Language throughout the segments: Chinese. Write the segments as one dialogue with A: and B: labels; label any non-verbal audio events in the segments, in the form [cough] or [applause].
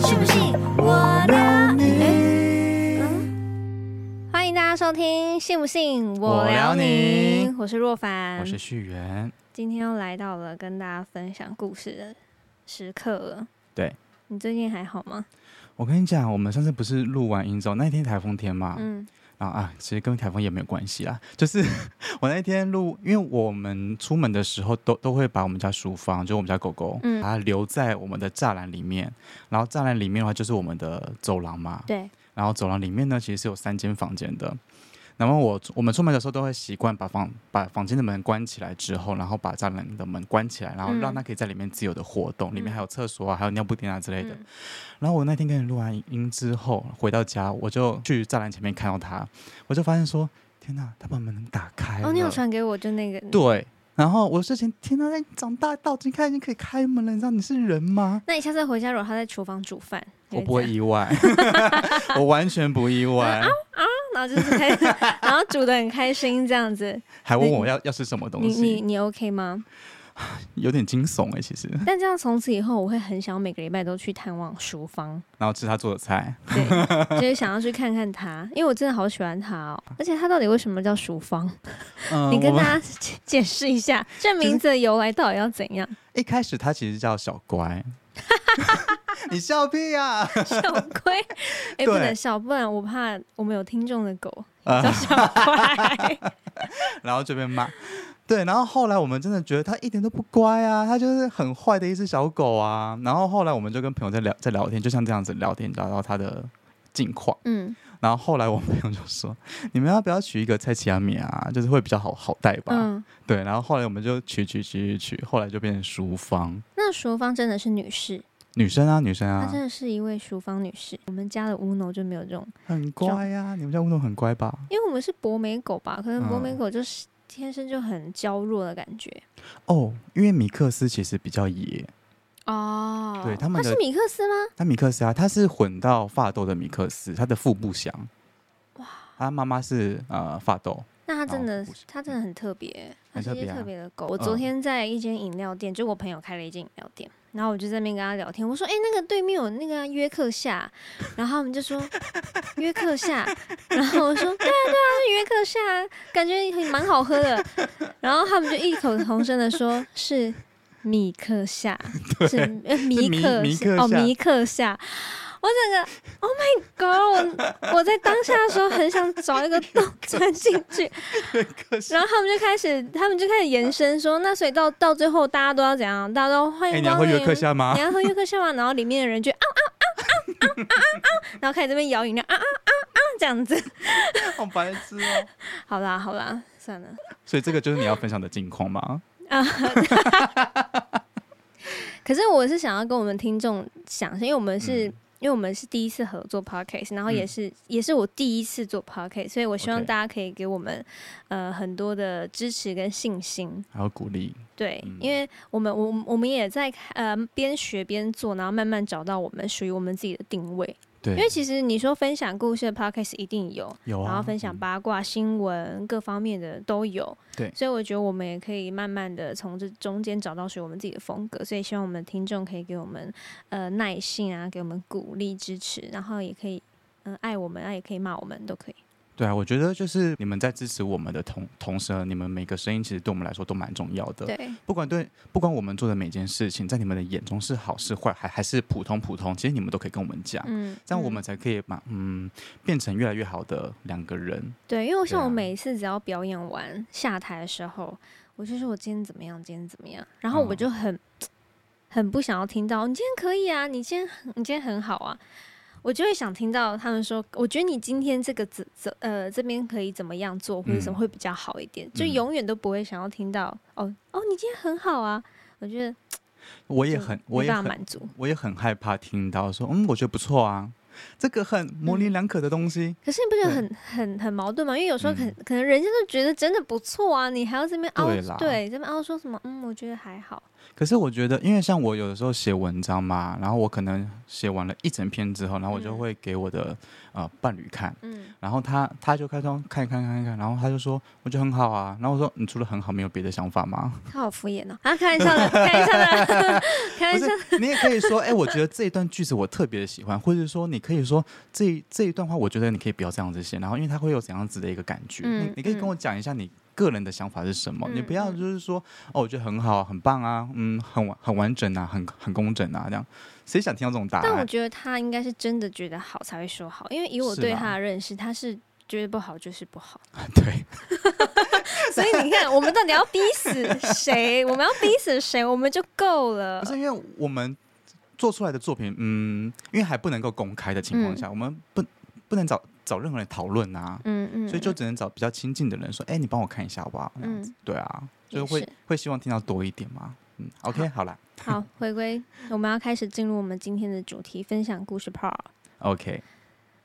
A: 信不信我聊你？
B: 嗯欢迎大家收听，信不信我
C: 我
B: 聊
C: 聊
B: 你？
C: 你
B: 我是若凡，
C: 我是旭元，
B: 今天又来到了跟大家分享故事的时刻了。
C: 对，
B: 你最近还好吗？
C: 我跟你讲，我们上次不是录完音之后，那一天台风天嘛，
B: 嗯，
C: 然后啊，其实跟台风也没有关系啦。 [laughs] 就是我那天录，因为我们出门的时候都都会把我们家淑芳，就是我们家狗狗，
B: 嗯
C: 把它留在我们的栅栏里面。然后栅栏里面的话，就是我们的走廊嘛。
B: 对，
C: 然后走廊里面呢，其实是有三间房间的。然后我我们出门的时候都会习惯把房把房间的门关起来之后，然后把栅栏的门关起来，然后
B: 嗯
C: 让它可以在里面自由的活动。里面还有厕所啊，还有尿布垫啊之类的。
B: 嗯
C: 然后我那天跟你录完音之后回到家，我就去栅栏前面看到它，我就发现说：天哪，它把门打开了。
B: 哦，你有传给我，就那个，
C: 对。然后我之前天哪，你长大到今天已经可以开门了，你知道你是人吗？
B: 那你下次回家，如果他在厨房煮饭，
C: 我不会
B: 你
C: 意外， [laughs] 我完全不意外，
B: [laughs] 这样，然后就是开 [laughs] 始，然后煮的很开心这样子。
C: 还问我要要吃什么东
B: 你你
C: 西，
B: 你 OK 吗？
C: 有点惊悚哎、其实。
B: 但这样从此以后，我会很想每个礼拜都去探望淑芳，
C: 然后吃他做的菜，
B: 对， [laughs] 就是想要去看看她，因为我真的好喜欢她哦。而且她到底为什么叫淑芳？
C: 嗯
B: 你跟
C: 我们
B: 大家解 [laughs] 释一下这名字的由来到底要怎样？ [laughs]
C: 一开始他其实叫小乖，你笑屁呀、啊！ [laughs]
B: 小龟，哎，
C: 对啊
B: 不能笑，不然我怕我们有听众的狗叫
C: [laughs]
B: 小乖。
C: 然后就被骂。对，然后后来我们真的觉得它一点都不乖啊，它就是很坏的一只小狗啊。然后后来我们就跟朋友在聊在聊天，就像这样子聊天，聊到它的近况。
B: [laughs]
C: [laughs]
B: 嗯，
C: 然后后来我朋友就说：“你们要不要取一个蔡奇亚米啊？就是会比较好好带吧。
B: 嗯，
C: 对，然后后来我们就取取取取取，后来就变成淑芳
B: 那淑芳真的是女士，
C: 女生啊，女生
B: 她
C: 啊，
B: 真的是一位淑芳女士。我们家的乌诺就没有这种，
C: 很乖呀、你们家乌龙很乖吧？
B: 因为我们是博美狗吧，可能博美
C: 嗯
B: 狗就是天生就很娇弱的感觉。
C: 哦，因为米克斯其实比较野，
B: 哦
C: 对他们
B: 它
C: 的
B: 是米克斯吗？
C: 他米克斯啊，他是混到发豆的米克斯，他的腹部响。哇，他妈妈是呃发豆，
B: 那它真的
C: 哦不是，
B: 它真的很特别，它
C: 很
B: 是
C: 特
B: 一
C: 别啊
B: 只特别的狗。我昨天在一间饮料店，就我朋友开了一间饮料店，然后我就在那边跟他聊天，我说：“哎、那个对面有那个啊约克夏。”然后他们就说：“约克夏。”然后我说：“对啊，对啊，是约克夏啊，感觉很蛮好喝的。”然后他们就异口同声的说：“是。”米克夏是呃米
C: 米
B: 克
C: 米
B: 夏
C: 克
B: 哦，
C: 夏
B: 米克夏，我整个 Oh my God！我我 [laughs] 在当下的时候很想找一个
C: [laughs]
B: 洞钻进去，然后他们就开始，他们就开始延伸说，那所以到到最后，大家都要怎样？大家都欢
C: 哎、
B: 迎
C: 你要
B: 光
C: 喝
B: 临，
C: 约克夏吗
B: 你？要喝约克夏吗？然后里面的人就啊啊啊啊啊啊啊，然后开始这边摇饮料啊啊啊啊啊这样子。
C: [laughs] 好白痴哦！
B: 好啦好啦，算了。
C: 所以这个就是你要分享的近况吗？
B: 可是我是想要跟我们听众想，因为我们是。
C: 嗯
B: 因为我们是第一次合作 podcast，然后也
C: 嗯
B: 是、也是我第一次做 podcast，所以我希望
C: OK
B: 大家可以给我们呃很多的支持跟信心。
C: 还有鼓励，
B: 对，
C: 嗯
B: 因为我们我我们也在呃边学边做，然后慢慢找到我们属于我们自己的定位。
C: 对，
B: 因为其实你说分享故事的 podcast 一定有，
C: 有啊，
B: 然后分享
C: 嗯
B: 八卦、新闻各方面的都有。
C: 对
B: 所以我觉得我们也可以慢慢的从这中间找到属于我们自己的风格。所以希望我们的听众可以给我们呃耐性啊，给我们鼓励支持，然后也可以嗯、呃爱我们，啊也可以骂我们，都可以。
C: 对啊，我觉得就是你们在支持我们的同同时呢，你们每个声音其实对我们来说都蛮重要的。
B: 对，
C: 不管对，啊不管我们做的每件事情，在你们的眼中是好是坏，还还是普通普通，其实你们都可以跟我们讲，
B: 嗯，
C: 这样我
B: 嗯
C: 们才可以把嗯变成越来越好的两个人。
B: 对，因为我像
C: 对
B: 我
C: 啊
B: 每一次只要表演完下台的时候，我就说我今天怎么样，今天怎么样，然后我
C: 嗯
B: 就很、很不想要听到你今天可以啊，你今天很你今天很好啊，我就会想听到他们说，我觉得你今天这个怎怎呃这边可以怎么样做，或者什
C: 嗯
B: 么会比较好一点，就
C: 嗯
B: 永远都不会想要听到哦哦你今天很好啊，我觉得
C: 我也
B: 就
C: 很，我
B: 没
C: 也
B: 办
C: 很
B: 法满足。
C: 我也很害怕听到说，嗯，我觉得不错啊，这个很模
B: 嗯
C: 棱两可的东西。
B: 可是你不觉
C: 对
B: 得很很很矛盾吗？因为有时候可、
C: 嗯
B: 可能人家都觉得真的不错啊，你还要这边凹
C: 对啦
B: 对这边凹说什么？嗯，我觉得还好。
C: 可是我觉得，因为像我有的时候写文章嘛，然后我可能写完了一整篇之后，然后我就
B: 嗯
C: 会给我的、呃伴侣看，
B: 嗯
C: 然后他他就开始看一看看一看，然后他就说我觉得很好啊，然后我说你除了很好没有别的想法吗？，
B: [laughs] 他好敷衍哦！啊，开玩笑的，开玩笑的，开 [laughs] 开
C: 不
B: 玩笑，
C: 是，你也可以说，哎、我觉得这一段句子我特别的喜欢，或者说你可以说这这一段话，我觉得你可以不要这样子写，然后因为它会有怎样子的一个感觉，
B: 嗯
C: 你你可以跟
B: 嗯
C: 我讲一下你个人的想法是什么，你
B: 嗯
C: 不要就是说，哦，我觉得很好，很棒啊，嗯，很完很完整啊，很很工整啊，这样，谁想听到这种答
B: 但我
C: 案？
B: 觉得他应该是真的觉得好才会说好，因为以我
C: 是
B: 对
C: 啦
B: 他的认识，他是觉得不好就是不好。
C: 啊 [laughs] 对，
B: 所以你看，我们到底要逼死谁？ [laughs] 我们要逼死谁？我们就够了
C: 不。是因为我们做出来的作品，嗯，因为还不能够公开的情况
B: 嗯
C: 下，我们不不能找找任何人讨论啊，
B: 嗯嗯，
C: 所以就只能找比较亲近的人说，哎、你帮我看一下好不好？这样子，
B: 嗯
C: 对啊，
B: 也
C: 就是会
B: 是
C: 会希望听到多一点嘛。嗯，OK，好啦
B: 好回归，我们要开始进入我们今天的主题分享故事 part。
C: o k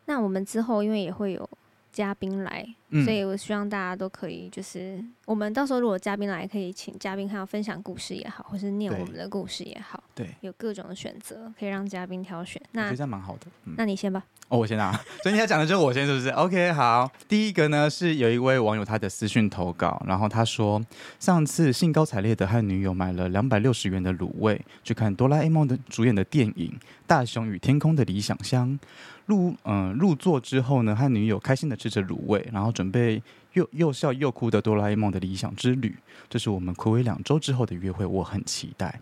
B: 那我们之后因为也会有嘉宾来，
C: 嗯，
B: 所以我希望大家都可以，就是我们到时候如果嘉宾来，可以请嘉宾看到分享故事也好，或是念
C: 对
B: 我们的故事也好，
C: 对，
B: 有各种的选择，可以让嘉宾挑选。
C: 我觉
B: 那
C: 得这样蛮好的。嗯，
B: 那你先吧。
C: 哦，我先拿， [laughs] 所以你要讲的就是我先，是不是？OK，好。第一个呢是有一位网友他的私讯投稿，然后他说上次兴高采烈的和女友买了两百六十元的卤味，去看哆啦 A 梦的主演的电影《大雄与天空的理想乡》。入嗯、入座之后呢，和女友开心的吃着卤味，然后准备又又笑又哭的哆啦 A 梦的理想之旅。这是我们暌违两周之后的约会，我很期待。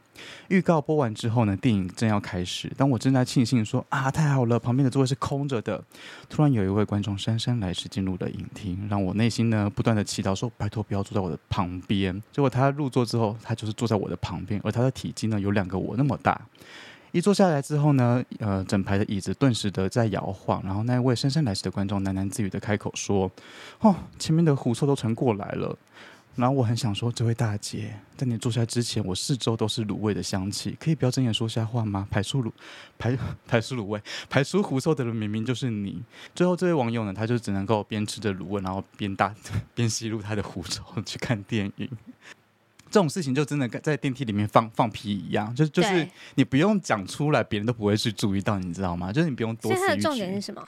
C: 预告播完之后呢，电影正要开始，当我正在庆幸说啊太好了，旁边的座位是空着的，突然有一位观众姗姗来迟进入了影厅，让我内心呢不断的祈祷说拜托不要坐在我的旁边。结果他入座之后，他就是坐在我的旁边，而他的体积呢有两个我那么大。一坐下来之后呢，呃，整排的椅子顿时的在摇晃，然后那位姗姗来迟的观众喃喃自语的开口说：“哦，前面的狐臭都传过来了。”然后我很想说，这位大姐，在你坐下之前，我四周都是卤味的香气，可以不要睁眼说瞎话吗？排除卤排 [laughs] 排除卤味，排除狐臭的人明明就是你。最后这位网友呢，他就只能够边吃着卤味，然后边大 [laughs] 边吸入他的狐臭去看电影。这种事情就真的跟在电梯里面放放屁一样，就就是
B: 对
C: 你不用讲出来，别人都不会去注意到，你知道吗？就是你不用多
B: 所以
C: 此
B: 它的
C: 一
B: 重点
C: 举
B: 是什么？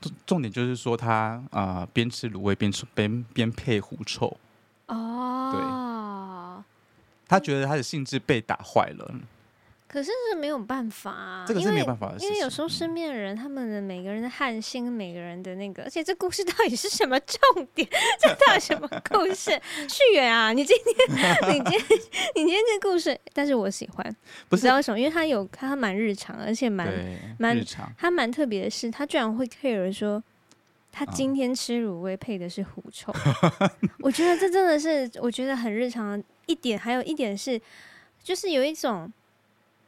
C: 重重点就是说他呃边吃卤味边吃边边配狐臭，
B: 哦，
C: 他觉得他的兴致被打坏了，
B: 嗯可是是没有办法、啊，
C: 这个是没有办法的事
B: 因为因为有时
C: 情。
B: 候身边的人，他们的每个人的汗性跟每个人的那个，而且这故事到底是什么重点？ [laughs] 这到底什么故事？旭远啊，你今天你今天你今天这故事，但是我喜欢，
C: 不
B: 知
C: 是
B: 道为什么，因为它有它蛮日常，而且蛮
C: 对
B: 蛮
C: 日常，
B: 它蛮特别的是，它居然会 care 说。他
C: 啊
B: 今天吃卤味配的是狐臭， [laughs] 我觉得这真的是我觉得很日常的一点，还有一点是，就是有一种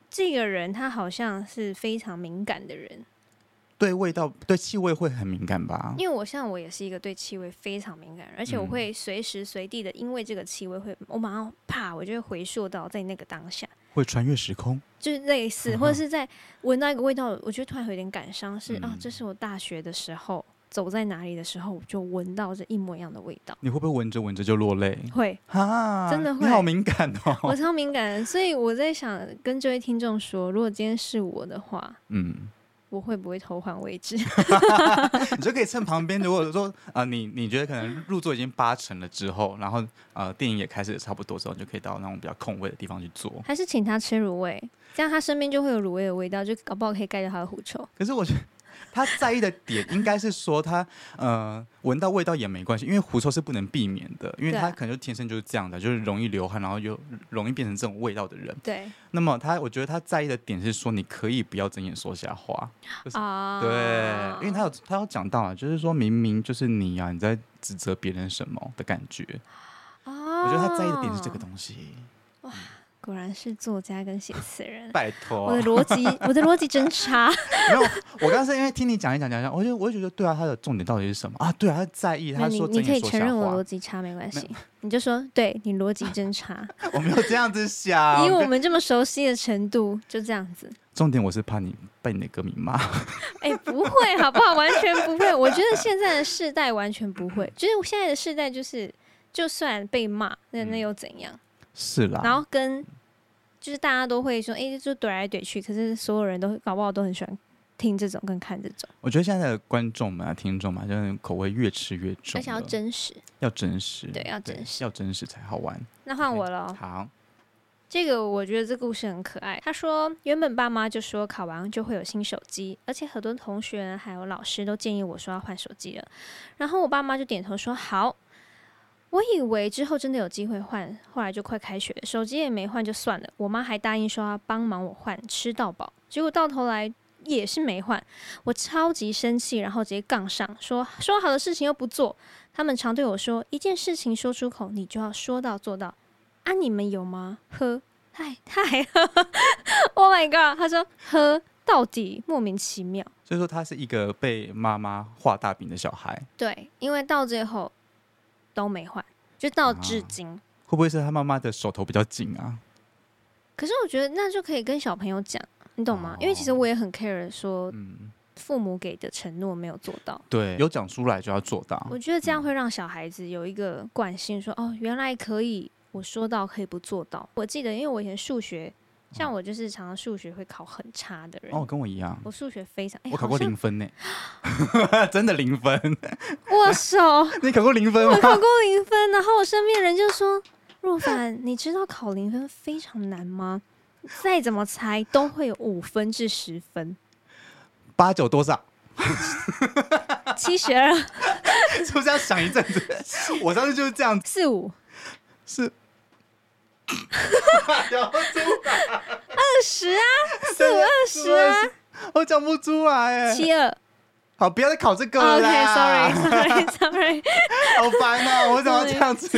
B: 这个人他好像是非常敏感的人，
C: 对味道对气味会很敏感吧？
B: 因为我像我也是一个对气味非常敏感的人，而且我
C: 嗯
B: 会随时随地的因为这个气味会，我马上啪，我就会回溯到在那个当下，
C: 会穿越时空，
B: 就是类似，
C: 嗯哼
B: 或者是在闻到一个味道，我觉得突然有点感伤，是、啊
C: 嗯，
B: 这是我大学的时候走在哪里的时候，我就闻到这一模一样的味道，
C: 你会不会闻着闻着就落泪？
B: 会，
C: 哈，
B: 真的
C: 你
B: 会
C: 好敏感
B: 我
C: 哦。
B: 超敏感的，所以我在想跟这位听众说，如果今天是我的话，
C: [laughs] 嗯，
B: 我会不会偷换位置？ [laughs]
C: 你就可以趁旁边，如果说啊、呃你你觉得可能入座已经八成了之后，然后呃，电影也开始差不多之后，你就可以到那种比较空位的地方去坐。
B: 还是请他吃卤味，这样他身边就会有卤味的味道，就搞不好可以盖掉他的狐
C: [laughs]
B: 臭。
C: 可是我觉得他在意的点应该是说他呃闻到味道也没关系，因为狐臭是不能避免的，因为
B: 对
C: 他可能就天生就是这样的，就是容易流汗，然后又容易变成这种味道的人。
B: 对
C: 那么他，我觉得他在意的点是说，你可以不要睁眼说瞎话，
B: 啊，
C: 对，因为他有他有讲到啊，就是说明明就是你啊，你在指责别人什么的感觉，
B: 啊
C: 我觉得他在意的点是这个东西，
B: 哦果然是作家跟写词人。
C: 拜
B: 我
C: 托
B: 的，逻辑，我的逻辑真差。
C: 没有，我刚刚是因为听你讲一讲讲一讲，我就我就觉得对啊，他的重点到底是什么啊？对啊，他在意，
B: 那
C: 他
B: 你
C: 说
B: 你
C: 睁
B: 可以
C: 眼说
B: 承
C: 瞎
B: 认我
C: 话
B: 逻，辑差没关系，你就说对你逻辑
C: [laughs]
B: 真差，
C: 我没有这样子想，
B: 以我们这么熟悉的程度，就这样子。
C: 重点我是怕你被你的歌迷骂， [laughs]
B: 哎、不会好不好？完全不会。我觉得现在的世代完全不会，就是我现在的世代就是，就算被骂，那那
C: 嗯啊
B: 又怎样？
C: 是啦，
B: 然后跟就是大家都会说，哎、就怼来怼去，可是所有人都搞不好都很喜欢听这种跟看这种，
C: 我觉得现在的观众们啊、听众嘛，就是口味越吃越重了，
B: 而且要真实。
C: 要真实，
B: 对要真
C: 实，要真实才好玩。
B: 那换
C: OK，
B: 我了哦，
C: 好，
B: 这个我觉得这故事很可爱。他说，原本爸妈就说考完就会有新手机，而且很多同学还有老师都建议我说要换手机了。然后我爸妈就点头说好。我以为之后真的有机会换，后来就快开学了，手机也没换就算了。我妈还答应说要帮忙我换，吃到饱。结果到头来也是没换，我超级生气，然后直接杠上，说说好的事情又不做。他们常对我说，一件事情说出口，你就要说到做到。啊，你们有吗？喝，太太 [laughs] ，Oh my god！他说喝到底，莫名其妙。
C: 所以说他是一个被妈妈画大饼的小孩，
B: 对，因为到最后都没换，就到至
C: 啊
B: 今。
C: 会不会是他妈妈的手头比较紧啊？
B: 可是我觉得那就可以跟小朋友讲，你懂吗？
C: 哦
B: 因为其实我也很 care 说
C: 嗯，
B: 父母给的承诺没有做到，
C: 对，有讲出来就要做到。
B: 我觉得这样会让小孩子有一个惯性说，哦，原来可以，我说到可以不做到。我记得，因为我以前数学，像我就是常常数学会考很差的人，
C: 哦，跟我一样，
B: 我数学非常，哎
C: 我考
B: 好
C: 过
B: 像
C: 零分呢， [laughs] 真的零分。
B: 握手。
C: 你考过零分
B: 我考
C: 吗？
B: 过零分，然后我身边人就说：“若凡，你知道考零分非常难吗？再怎么猜都会有五分至十分，
C: 八九多少？ [laughs]
B: 七十二
C: 是不是要想一阵子？我上次就是这样，
B: 四五 [laughs]
C: 是。然后真的
B: 二十啊，四五二十啊，
C: 我讲不出来哎。
B: 七二。哦
C: 好，不要再考这个了啦。
B: [laughs] OK，sorry，sorry，sorry，
C: [laughs] 好烦哦！我怎么这样
B: [laughs]
C: 子？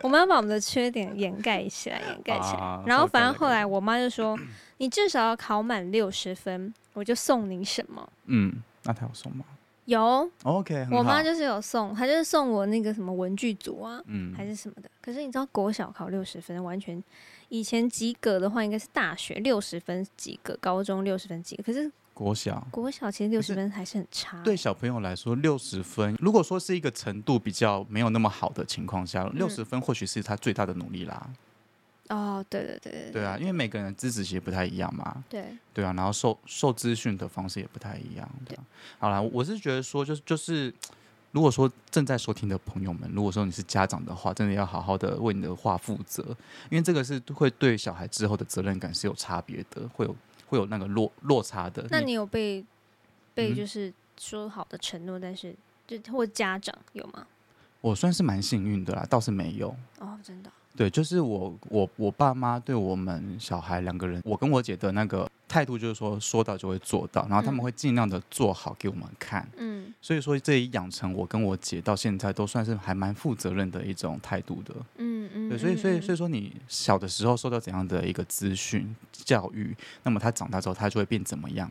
B: 我们要把我们的缺点掩盖起来，掩盖起来
C: 啊。
B: 然后反正
C: OK，OK
B: 后来我妈
C: [clears throat]
B: 就说：你至少要考满六十分，我就送你什么。
C: 嗯，那他有送吗
B: 有，
C: ？OK，很好
B: 我妈就是有送，她就是送我那个什么文具组啊，
C: 嗯
B: 还是什么的。可是你知道国小考六十分，完全以前及格的话应该是大学六十分及格，高中六十分及格。可是
C: 国小。
B: 国小其实六十分还是很差。
C: 对小朋友来说，六十分，如果说是一个程度比较没有那么好的情况下，六十分或许是他最大的努力啦。
B: 哦，对对对对
C: 对啊，因为每个人的资质其实不太一样嘛。
B: 对，
C: 对啊，然后受受资讯的方式也不太一样。对啊，好啦，我是觉得说，就是就是，如果说正在收听的朋友们，如果说你是家长的话，真的要好好的为你的话负责，因为这个是会对小孩之后的责任感是有差别的，会有会有那个落落差的。
B: 那你有被被
C: 嗯
B: 就是说好的承诺，但是就或家长有吗？
C: 我算是蛮幸运的啦，倒是没有。
B: 哦，真的，
C: 对，就是我我我爸妈对我们小孩两个人，我跟我姐的那个态度就是说，说到就会做到，然后他们
B: 嗯
C: 会尽量的做好给我们看。
B: 嗯，
C: 所以说，这也养成我跟我姐到现在都算是还蛮负责任的一种态度的。
B: 嗯嗯，
C: 对，所以所以所以
B: 以
C: 说，你小的时候受到怎样的一个资讯教育，那么他长大之后他就会变怎么样？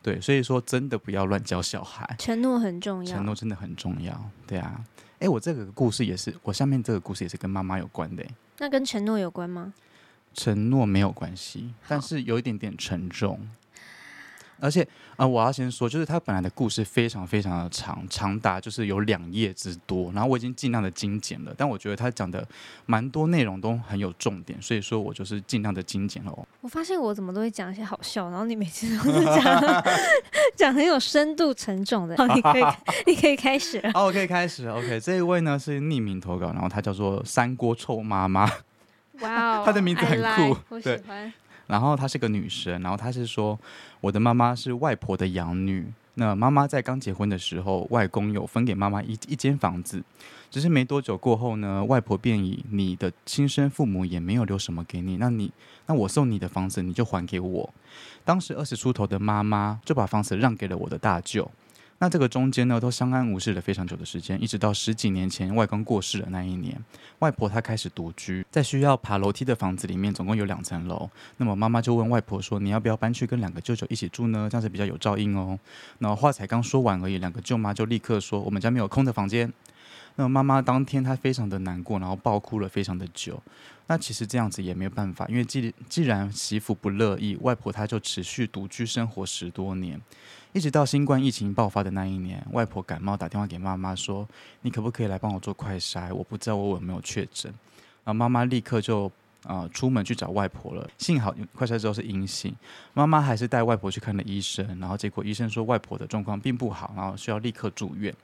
C: 对，所以说真的不要乱教小孩，
B: 承诺很重要，
C: 承诺真的很重要。对啊，哎，我这个故事也是，我下面这个故事也是跟妈妈有关的诶。
B: 那跟承诺有关吗？
C: 承诺没有关系，但
B: 好
C: 是有一点点沉重。而且啊、呃我要先说，就是他本来的故事非常非常的长，长达就是有两页之多。然后我已经尽量的精简了，但我觉得他讲的蛮多内容都很有重点，所以说我就是尽量的精简了哦。
B: 我发现我怎么都会讲一些好笑，然后你每次都是
C: [laughs]
B: 讲讲很有深度、沉重的。好，你可以，你可以开始了。
C: 好，我可以开始了。OK，这一位呢是匿名投稿，然后他叫做三锅臭妈妈。
B: 哇哦，
C: 他的名字
B: I
C: 很
B: like，
C: 酷
B: 我喜
C: 对
B: 欢。
C: 然后她是个女生，然后她是说，我的妈妈是外婆的养女。那妈妈在刚结婚的时候，外公有分给妈妈一一间房子，只是没多久过后呢，外婆便以你的亲生父母也没有留什么给你，那你那我送你的房子你就还给我。当时二十出头的妈妈就把房子让给了我的大舅。那这个中间呢，都相安无事了非常久的时间，一直到十几年前外公过世的那一年，外婆她开始独居，在需要爬楼梯的房子里面，总共有两层楼。那么妈妈就问外婆说：“你要不要搬去跟两个舅舅一起住呢？这样子比较有照应哦。”那话才刚说完而已，两个舅妈就立刻说：“我们家没有空的房间。”那妈妈当天她非常的难过，然后爆哭了非常的久。那其实这样子也没有办法，因为既既然媳妇不乐意，外婆她就持续独居生活十多年，一直到新冠疫情爆发的那一年，外婆感冒打电话给妈妈说：“你可不可以来帮我做快筛？我不知道我有没有确诊。”然后妈妈立刻就啊，出门去找外婆了。幸好快筛之后是阴性，妈妈还是带外婆去看了医生，然后结果医生说外婆的状况并不好，然后需要立刻住院。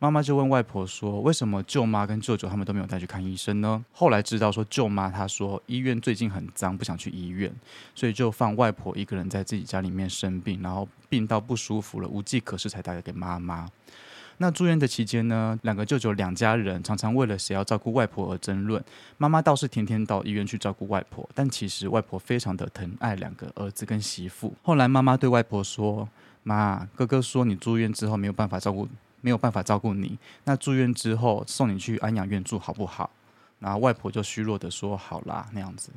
C: 妈妈就问外婆说：“为什么舅妈跟舅舅他们都没有带去看医生呢？”后来知道说舅妈她说医院最近很脏，不想去医院，所以就放外婆一个人在自己家里面生病，然后病到不舒服了，无计可施才打给妈妈。那住院的期间呢，两个舅舅两家人常常为了谁要照顾外婆而争论。妈妈倒是天天到医院去照顾外婆，但其实外婆非常的疼爱两个儿子跟媳妇。后来妈妈对外婆说：“妈，哥哥说你住院之后没有办法照顾，没有办法照顾你，那住院之后送你去安养院住好不好？”然后外婆就虚弱的说：“好啦，那样子。”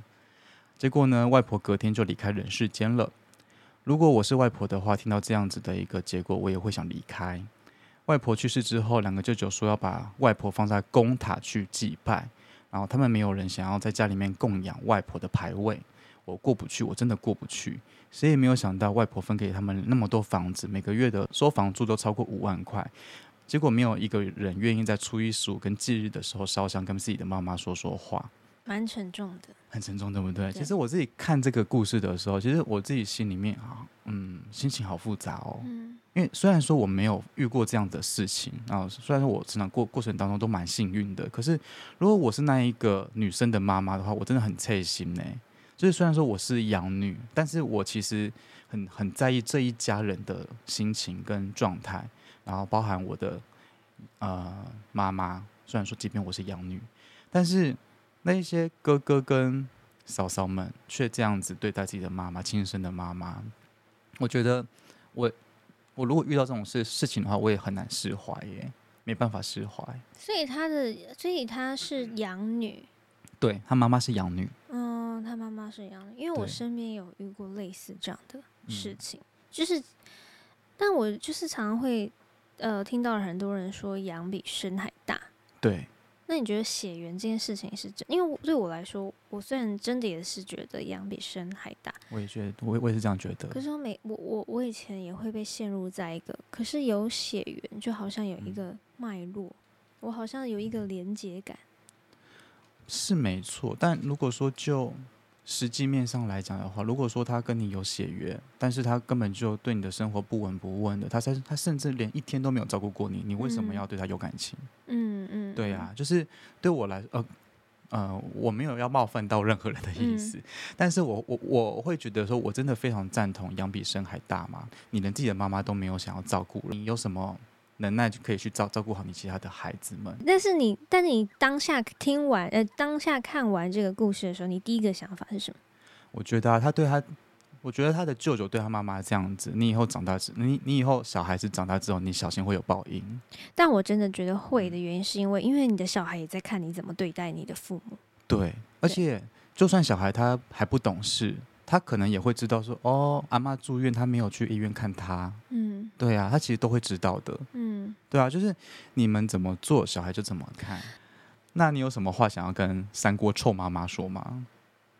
C: 结果呢，外婆隔天就离开人世间了。如果我是外婆的话，听到这样子的一个结果，我也会想离开。外婆去世之后，两个舅舅说要把外婆放在公塔去祭拜，然后他们没有人想要在家里面供养外婆的牌位，我过不去，我真的过不去。谁也没有想到，外婆分给他们那么多房子，每个月的收房租都超过五万块，结果没有一个人愿意在初一十五跟忌日的时候烧香，跟自己的妈妈说说话。
B: 蛮沉重的。
C: 很沉重，对不对？
B: 对
C: 其实我自己看这个故事的时候，其实我自己心里面啊，嗯，心情好复杂哦。
B: 嗯
C: 因为虽然说我没有遇过这样的事情啊，虽然说我成长过过程当中都蛮幸运的，可是如果我是那一个女生的妈妈的话，我真的很脆心呢、就是虽然说我是养女，但是我其实很很在意这一家人的心情跟状态，然后包含我的呃妈妈。虽然说即便我是养女，但是那一些哥哥跟嫂嫂们却这样子对待自己的妈妈，亲生的妈妈，我觉得我我如果遇到这种事事情的话，我也很难释怀耶，没办法释怀。
B: 所以她的，所以她是养女。
C: 对她妈妈是养女，
B: 嗯，她妈妈是养女，因为
C: 对
B: 我
C: 嗯
B: 身边有遇过类似这样的事情，就是，但我就是常常会呃听到很多人说养比生还大。
C: 对，
B: 那你觉得血缘这件事情是真？因为我对我来说，我虽然真的也是觉得养比生还大，
C: 我也觉得，我也我也是这样觉
B: 可
C: 得。
B: 是我每我我我以前也会被陷入在一个，可是有血缘就好像有一
C: 嗯
B: 个脉络，我好像有一个连结感。
C: 是没错，但如果说就实际面上来讲的话，如果说他跟你有血缘，但是他根本就对你的生活不闻不问的，他才他甚至连一天都没有照顾过你，你为什么
B: 嗯
C: 要对他有感情？
B: 嗯嗯，
C: 对
B: 嗯
C: 啊，就是对我来，呃呃，我没有要冒犯到任何人的意思， [laughs] 但是我我我会觉得说，我真的非常赞同养比生还大嘛，你连自己的妈妈都没有想要照顾了，你有什么能耐就可以去照照顾好你其他的孩子们？
B: 但是你，但是你当下听完，呃，当下看完这个故事的时候，你第一个想法是什么？
C: 我觉得、啊、他对他。我觉得他的舅舅对他妈妈这样子，你以后长大之，你你以后小孩子长大之后，你小心会有报应。
B: 但我真的觉得会
C: 嗯
B: 的原因，是因为因为你的小孩也在看你怎么对待你的父母。
C: 对，而且就算小孩他还不懂事，他可能也会知道说，哦，阿妈住院，他没有去医院看他，
B: 嗯
C: 对啊，他其实都会知道的。
B: 嗯，
C: 对啊，就是你们怎么做，小孩就怎么看。那你有什么话想要跟三锅臭妈妈说吗？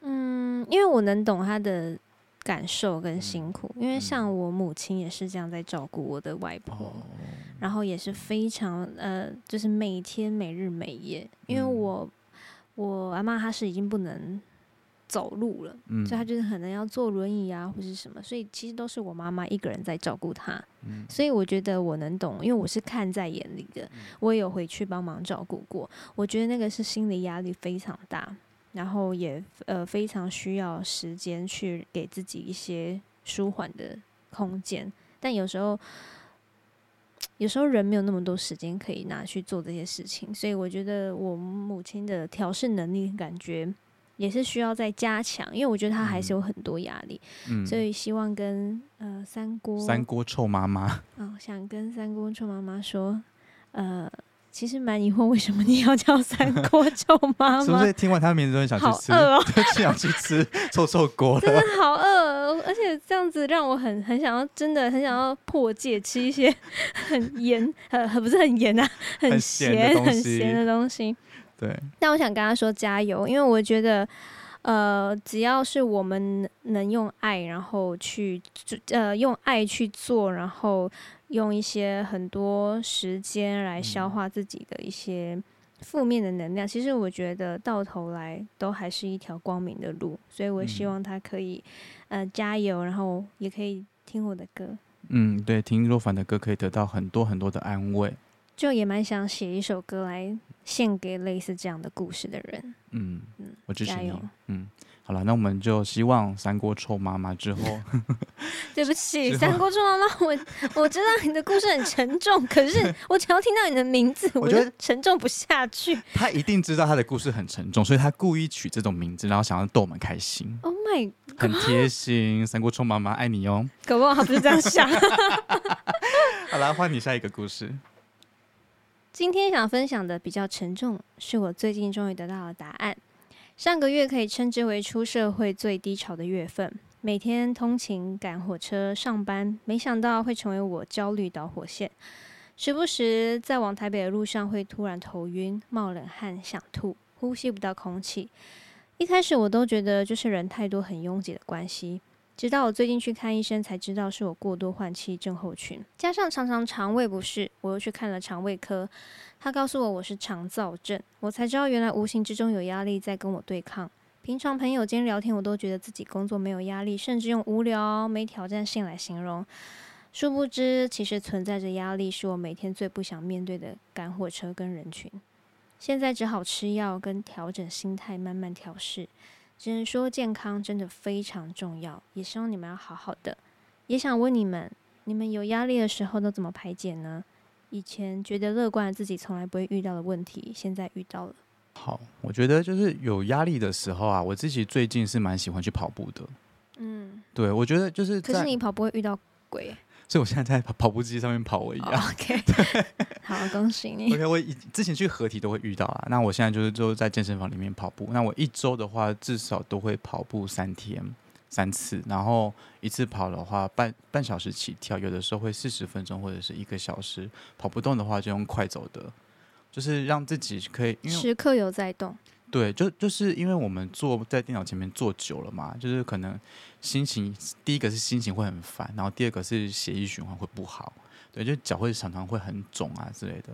B: 嗯，因为我能懂他的感受跟
C: 嗯
B: 辛苦，因为像
C: 嗯哦
B: 我母亲也是这样在照顾我的外婆，然后也是非常呃，就是每天每日每夜，因为
C: 嗯
B: 我、我阿妈她是已经不能走路了，
C: 嗯
B: 所以她就是可能要坐轮椅啊或是什么，所以其实都是我妈妈一个人在照顾她，
C: 嗯
B: 所以我觉得我能懂，因为我是看在眼里的，我也有回去帮忙照顾过，我觉得那个是心理压力非常大，然后也呃非常需要时间去给自己一些舒缓的空间，但有时候。有时候人没有那么多时间可以拿去做这些事情，所以我觉得我母亲的调试能力感觉也是需要再加强，因为我觉得她还是有很多压力，
C: 嗯
B: 所以希望跟呃三锅
C: 三锅臭妈妈，
B: 哦，想跟三锅臭妈妈说，呃，其实蛮疑惑为什么你要叫三锅臭妈
C: 是不
B: 妈，
C: 是听完他名字就很想去
B: 好
C: 吃，
B: 饿哦，
C: 就 [laughs] 想去
B: [laughs]
C: 吃臭臭锅
B: 真
C: 了？
B: 的 [laughs] 好饿哦，而且这样子让我很很想要，真的很想要破戒，吃一些 [laughs] 很盐，呃，很不是很盐啊，
C: 很咸的
B: 咸
C: 东
B: 很
C: 西
B: 咸的东西。
C: 对，
B: 但我想跟他说加油，因为我觉得，呃，只要是我们能用爱，然后去做呃用爱去做，然后用一些很多时间来
C: 嗯
B: 消化自己的一些负面的能量，其实我觉得到头来都还是一条光明的路。所以我希
C: 嗯
B: 望他可以、呃加油，然后也可以听我的歌。
C: 嗯，对，听若凡的歌可以得到很多很多的安慰。
B: 就也蛮想写一首歌来献给类似这样的故事的人。
C: 嗯，我支持
B: 加
C: 你
B: 油。
C: 嗯，好了，那我们就希望三锅臭妈妈之
B: [laughs]
C: 后
B: 对不起，
C: 是
B: 三锅猪妈妈，我我知道你的故事很沉重，可
C: [laughs]
B: 是我只要听到你的名字，
C: 我
B: 我
C: 觉
B: 就
C: 得
B: 沉重不下去。
C: 他一定知道他的故事很沉重，所以他故意取这种名字，然后想要逗我们开心，
B: Oh my，
C: 很贴心。三锅臭妈妈爱你哦。
B: 搞不好他不是这样想。
C: 好啦，换你下一个故事。
B: 今天想分享的比较沉重，是我最近终于得到了答案。上个月可以称之为出社会最低潮的月份，每天通勤、赶火车、上班，没想到会成为我焦虑导火线。时不时在往台北的路上会突然头晕、冒冷汗、想吐，呼吸不到空气。一开始我都觉得就是人太多很拥挤的关系，直到我最近去看医生，才知道是我过多换气症候群，加上常常肠胃不适，我又去看了肠胃科，他告诉我我是肠燥症，我才知道原来无形之中有压力在跟我对抗。平常朋友间聊天，我都觉得自己工作没有压力，甚至用无聊、没挑战性来形容。殊不知，其实存在着压力，是我每天最不想面对的赶火车跟人群。现在只好吃药跟调整心态，慢慢调试。只能说健康真的非常重要，也希望你们要好好的。也想问你们，你们有压力的时候都怎么排解呢？以前觉得乐观的自己从来不会遇到的问题，现在遇到了。
C: 好，我觉得就是有压力的时候啊，我自己最近是蛮喜欢去跑步的。
B: 嗯，
C: 对，我觉得就是
B: 可是
C: 在，
B: 你跑步会遇到鬼。哦
C: 所以我现在在跑跑步机上面跑我一样。
B: OK，好， [laughs] 恭喜你。
C: OK，我以之前去合体都会遇到啊，那我现在就是就在健身房里面跑步。那我一周的话，至少都会跑步三天三次，然后一次跑的话半半小时起跳，有的时候会四十分钟或者是一个小时。跑不动的话就用快走的，就是让自己可以因为
B: 时刻有在动，
C: 对，就就是因为我们坐在电脑前面坐久了嘛，就是可能心情第一个是心情会很烦，然后第二个是血液循环会不好，对，就脚会常常会很肿啊之类的。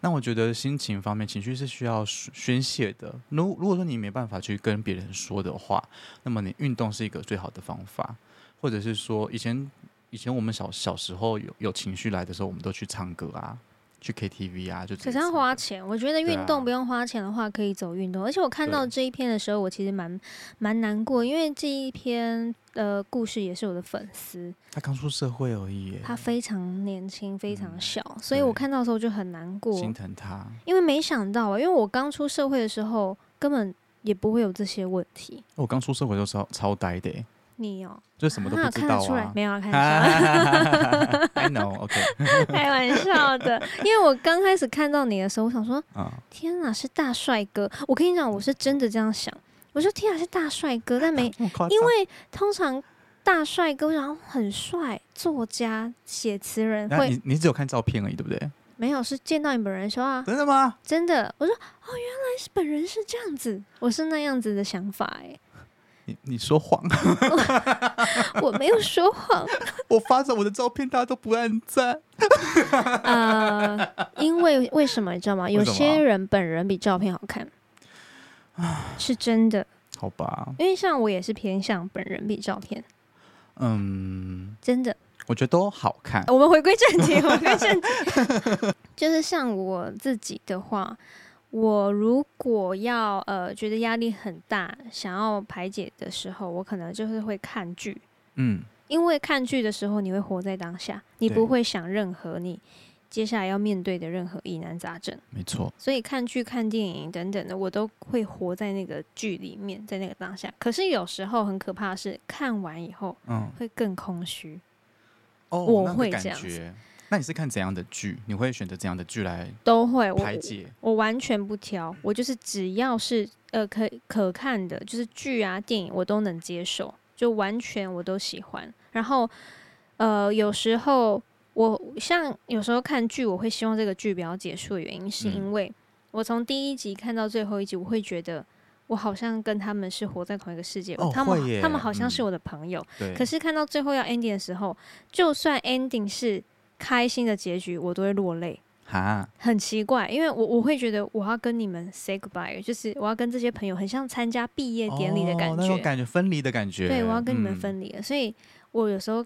C: 那我觉得心情方面，情绪是需要宣宣泄的。如如果说你没办法去跟别人说的话，那么你运动是一个最好的方法，或者是说以前以前我们小小时候有有情绪来的时候，我们都去唱歌啊，去 KTV 啊，就这
B: 可是要
C: 种
B: 花钱。我觉得
C: 对
B: 运
C: 啊
B: 动不用花钱的话，可以走运动。而且我看到
C: 对
B: 这一篇的时候，我其实蛮蛮难过，因为这一篇呃故事也是我的粉丝，
C: 他刚出社会而已耶，
B: 他非常年轻，非常
C: 嗯
B: 小，所以我
C: 对
B: 看到的时候就很难过。
C: 心疼他。
B: 因为没想到啊，因为我刚出社会的时候根本也不会有这些问题。
C: 我刚出社会都超超呆的欸，
B: 你哦，
C: 就什么都
B: 啊
C: 不
B: 看
C: 知
B: 得
C: 道
B: 出来
C: 啊。
B: 没
C: [laughs]
B: 有啊？看得出来，
C: I know, OK，
B: 开玩笑 [laughs] 的。因为我刚开始看到你的时候，我想说，
C: 嗯，
B: 天啊哪，是大帅哥！我跟你讲，我是真的这样想。我说天哪，是大帅哥，
C: [laughs]
B: 但没
C: 这么夸张
B: 因为通常大帅哥然后很帅，作家、写词人
C: 那
B: 会
C: 你你只有看照片而已，对不对？
B: 没有是见到你本人的时候啊，
C: 真的吗？
B: 真的，我说哦，原来是本人是这样子，我是那样子的想法哎、
C: 你你说谎，啊
B: 我没有说谎，
C: 我发着我的照片，大家都不按赞。
B: [laughs] 呃，因为为什么你知道吗？有
C: 为什么
B: 些人本人比照片好看，
C: 啊
B: 是真的。
C: 好吧，
B: 因为像我也是偏向本人比照片，
C: 嗯，
B: 真的。
C: 我觉得都好看。
B: 我们回归正题，回归正题，
C: [laughs]
B: [laughs] 就是像我自己的话，我如果要呃觉得压力很大，想要排解的时候，我可能就是会看剧，
C: 嗯，
B: 因为看剧的时候你会活在当下，你
C: 对
B: 不会想任何你接下来要面对的任何疑难杂症。
C: 没错，
B: 所以看剧、看电影等等的，我都会活在那个剧里面，在那个当下。可是有时候很可怕的是，看完以后
C: 嗯，
B: 会更空虚。
C: 哦，
B: 我
C: 那个
B: 会
C: 感
B: 这样子
C: 觉。那你是看怎样的剧？你会选择怎样的剧来
B: 都会，我
C: 排解？
B: 我完全不挑，我就是只要是呃可可看的，就是剧啊、电影，我都能接受，就完全我都喜欢。然后呃，有时候我像有时候看剧，我会希望这个剧不要结束的原因，是
C: 嗯
B: 因为我从第一集看到最后一集，我会觉得。我好像跟他们是活在同一个世界，
C: 哦
B: 他们
C: 会耶
B: 他们好像
C: 嗯
B: 是我的朋友。
C: 对，
B: 可是看到最后要 ending 的时候，就算 ending 是开心的结局，我都会落泪。
C: 哈，
B: 很奇怪，因为我我会觉得我要跟你们 say goodbye，就是我要跟这些朋友很像参加毕业典礼的感
C: 哦那
B: 觉，
C: 种感觉分离的感觉。
B: 对我要跟你们
C: 嗯
B: 分离了，所以我有时候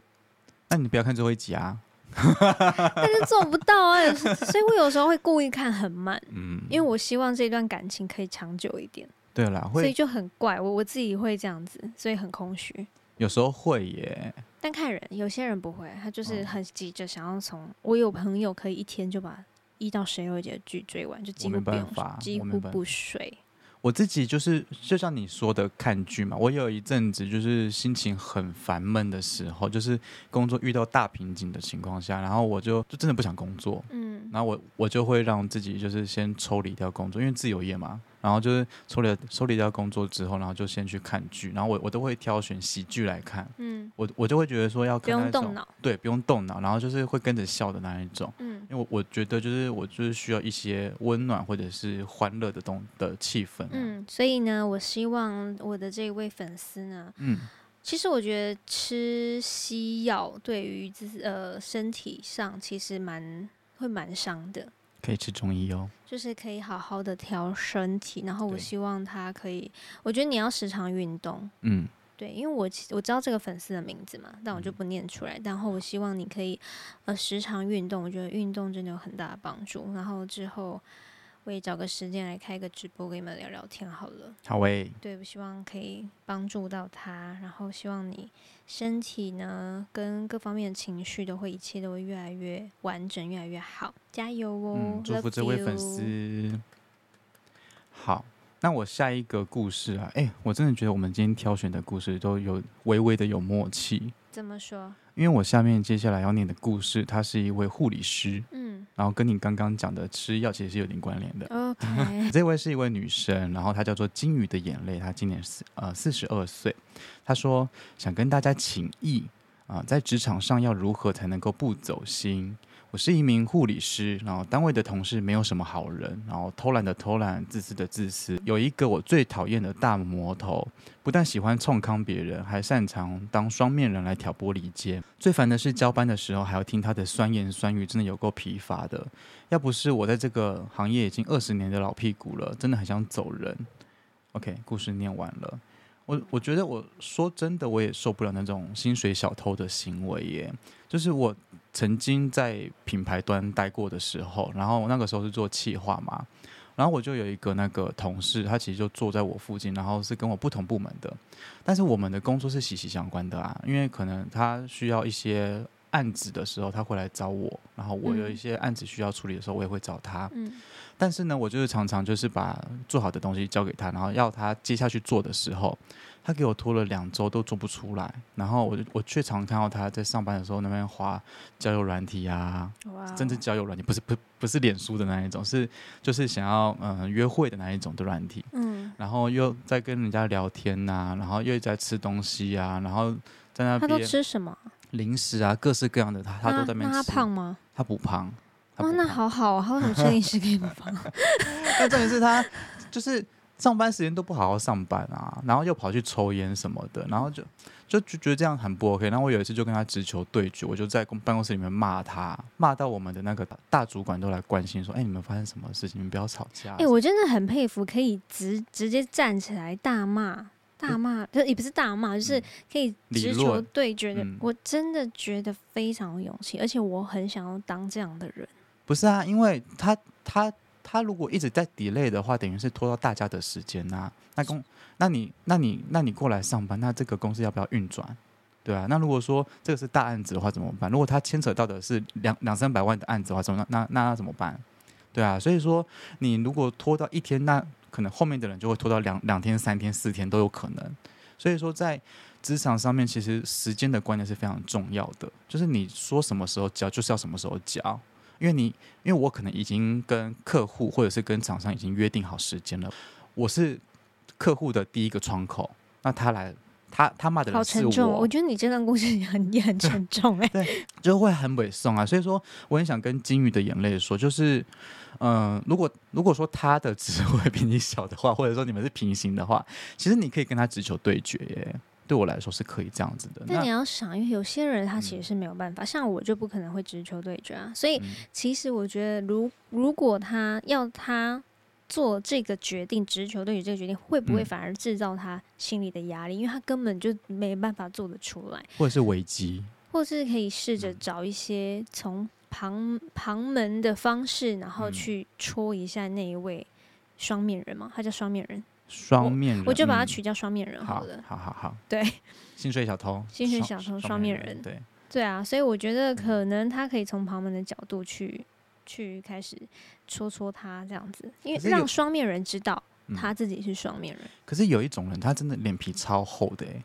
C: 那你不要看最后一集啊！
B: 但是做不到啊，有时所以 [laughs] 我有时候会故意看很慢，
C: 嗯，
B: 因为我希望这段感情可以长久一点，
C: 对啦，
B: 所以
C: 会
B: 就很怪，我我自己会这样子，所以很空虚。
C: 有时候会耶，
B: 但看人，有些人不会，他
C: 哦
B: 就是很急着想要从。我有朋友可以一天就把一到十六节的剧追完，就几
C: 我
B: 乎
C: 没
B: 不
C: 办
B: 用
C: 法，
B: 几
C: 我没
B: 乎
C: 办
B: 不睡。
C: 我自己就是就像你说的看剧嘛，我有一阵子就是心情很烦闷的时候，就是工作遇到大瓶颈的情况下，然后我就就真的不想工作，
B: 嗯，
C: 然后我我就会让自己就是先抽离掉工作，因为自由业嘛，然后就是抽离抽离掉工作之后，然后就先去看剧，然后我我都会挑选喜剧来看，
B: 嗯，
C: 我我就会觉得说要
B: 不
C: 看那
B: 用
C: 种
B: 动，脑。
C: 对，不用动脑，然后就是会跟着笑的那一种。
B: 嗯
C: 因为我我觉得就是我就是需要一些温暖或者是欢乐的东的气氛、啊。嗯
B: 嗯，所以呢，我希望我的这位粉丝呢，
C: 嗯
B: 其实我觉得吃西药对于自呃身体上其实蛮会蛮伤的，
C: 可以吃中医哦。
B: 就是可以好好的调身体。然后我
C: 对
B: 希望他可以，我觉得你要时常运动。
C: 嗯，
B: 对，因为我其我知道这个粉丝的名字嘛，但我就不念出来。然后我希望你可以，呃，时常运动，我觉得运动真的有很大的帮助。然后之后我也找个时间来开个直播给你们聊聊天好了。
C: 好诶、
B: 对，我希望可以帮助到他，然后希望你身体呢跟各方面的情绪都会一切都会越来越完整，越来越好，加油哦！
C: 嗯，祝福
B: love
C: 这位
B: you
C: 粉丝。好，那我下一个故事啊，哎、我真的觉得我们今天挑选的故事都有微微的有默契，
B: 怎么说？
C: 因为我下面接下来要念的故事，他是一位护理师，
B: 嗯
C: 然后跟你刚刚讲的吃药其实是有点关联的。 [laughs]
B: ，OK，
C: 这位是一位女生，然后她叫做金鱼的眼泪，她今年四呃四十二岁。她说想跟大家请益啊、在职场上要如何才能够不走心？我是一名护理师，然后单位的同事没有什么好人，然后偷懒的偷懒，自私的自私。有一个我最讨厌的大魔头，不但喜欢冲康别人，还擅长当双面人来挑拨离间。最烦的是交班的时候还要听他的酸言酸语，真的有够疲乏的。要不是我在这个行业已经二十年的老屁股了，真的很想走人。OK，故事念完了，我我觉得我说真的，我也受不了那种薪水小偷的行为耶。就是我曾经在品牌端待过的时候，然后那个时候是做企划嘛，然后我就有一个那个同事，他其实就坐在我附近，然后是跟我不同部门的，但是我们的工作是息息相关的啊，因为可能他需要一些案子的时候，他会来找我，然后我有一
B: 嗯
C: 些案子需要处理的时候，我也会找他。
B: 嗯
C: [laughs] 但是呢，我就是常常就是把做好的东西交给他，然后要他接下去做的时候，他给我拖了两周都做不出来，然后我就我却常看到他在上班的时候那边划交友软体啊，
B: 哇哦，
C: 甚至交友软体，不是不不是脸书的那一种，是就是想要嗯、呃约会的那一种的软体，
B: 嗯，
C: 然后又在跟人家聊天呐、然后又在吃东西啊，然后在那
B: 他都
C: 边
B: 吃什么？
C: 零食啊，各式各样的他他
B: 那
C: 都在那边
B: 那
C: 吃，
B: 他胖吗？
C: 他不胖，他
B: 哦，
C: 不
B: 那
C: 胖
B: 好好啊，他为什么吃零食可以不胖？
C: [laughs] 但重点是他就是上班时间都不好好上班啊，然后又跑去抽烟什么的，然后就就就觉得这样很不 OK。然后我有一次就跟他直球对决，我就在公办公室里面骂他，骂到我们的那个大主管都来关心说：“哎、你们发生什么事情？你们不要吵架。
B: 哎、我真的很佩服可以直直接站起来大骂大骂，就也不是大骂，就是
C: 嗯
B: 可以直
C: 理
B: 球
C: 论
B: 对决的。
C: 嗯
B: 我真的觉得非常有勇气，而且我很想要当这样的人。
C: 不是啊，因为他他他如果一直在 delay 的话，等于是拖到大家的时间呐、那公，那你那你那你过来上班，那这个公司要不要运转？对啊，那如果说这个是大案子的话怎么办？如果他牵扯到的是两两三百万的案子的话，怎么那那那要怎么办？对啊，所以说你如果拖到一天，那可能后面的人就会拖到两两天、三天、四天都有可能。所以说在职场上面，其实时间的观念是非常重要的，就是你说什么时候交，就是要什么时候交。因为你，因为我可能已经跟客户或者是跟厂商已经约定好时间了，我是客户的第一个窗口，那他来，他他骂的
B: 好
C: 人是
B: 沉重哦，
C: 我
B: 我觉得你这段故事也很也很沉重哎、
C: 就会很委送啊。所以说，我很想跟金鱼的眼泪说，就是，嗯、如果如果说他的职位比你小的话，或 [laughs] 者说你们是平行的话，其实你可以跟他直球对决耶。对我来说是可以这样子的。
B: 但你
C: [laughs] 那
B: 要想，因为有些人他
C: 嗯
B: 其实是没有办法，像我就不可能会直球对决啊。所以
C: 嗯
B: 其实我觉得如，如果他要他做这个决定，直球对决这个决定，会不会
C: 嗯
B: 反而制造他心里的压力？因为他根本就没办法做得出来，
C: 或者是危机，
B: 或是可以试
C: 嗯
B: 着找一些从旁旁门的方式，然后
C: 嗯
B: 去戳一下那一位双面人嘛，他叫双面人，
C: 双面人，
B: 我就把他
C: 嗯
B: 取叫双面人好
C: 好
B: 了。
C: 好好好，
B: 对，
C: 薪水小偷，
B: 薪水
C: 双
B: 小偷双
C: 双
B: 面人
C: 人，对，
B: 对啊，所以我觉得可能他可以从旁门的角度去去开始戳戳他这样子，因为
C: 可是有
B: 让双面人知道
C: 嗯
B: 他自己是双面人。
C: 可是有一种人，他真的脸皮超厚的、欸，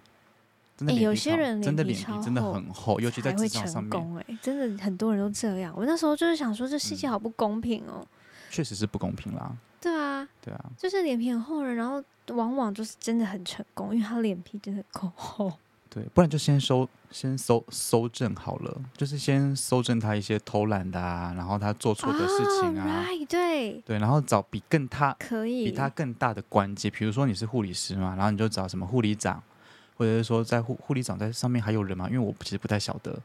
C: 真的脸
B: 欸
C: 皮
B: 有些
C: 超
B: 人
C: 真的
B: 脸
C: 脸
B: 皮
C: 皮
B: 超
C: 真的
B: 厚
C: 很厚，尤其在
B: 才会
C: 职场上
B: 成
C: 面，
B: 功哎、真的很多人都这样。我那时候就是想说，这世界
C: 嗯
B: 好不公平哦、
C: 确实是不公平啦。
B: 对啊，
C: 对啊，
B: 就是脸皮很厚的人，然后往往就是真的很成功，因为他脸皮真的够厚。
C: 对，不然就先收先搜搜证好了，就是先搜证他一些偷懒的啊，然后他做错的事情啊
B: r i g h t 对，
C: 对，然后找比更他
B: 哦可
C: 比
B: 以。
C: 他更大的官阶，比如说你是护理师嘛，然后你就找什么护理长，或者是说在护护理长在上面还有人吗？因为我其实不太晓得，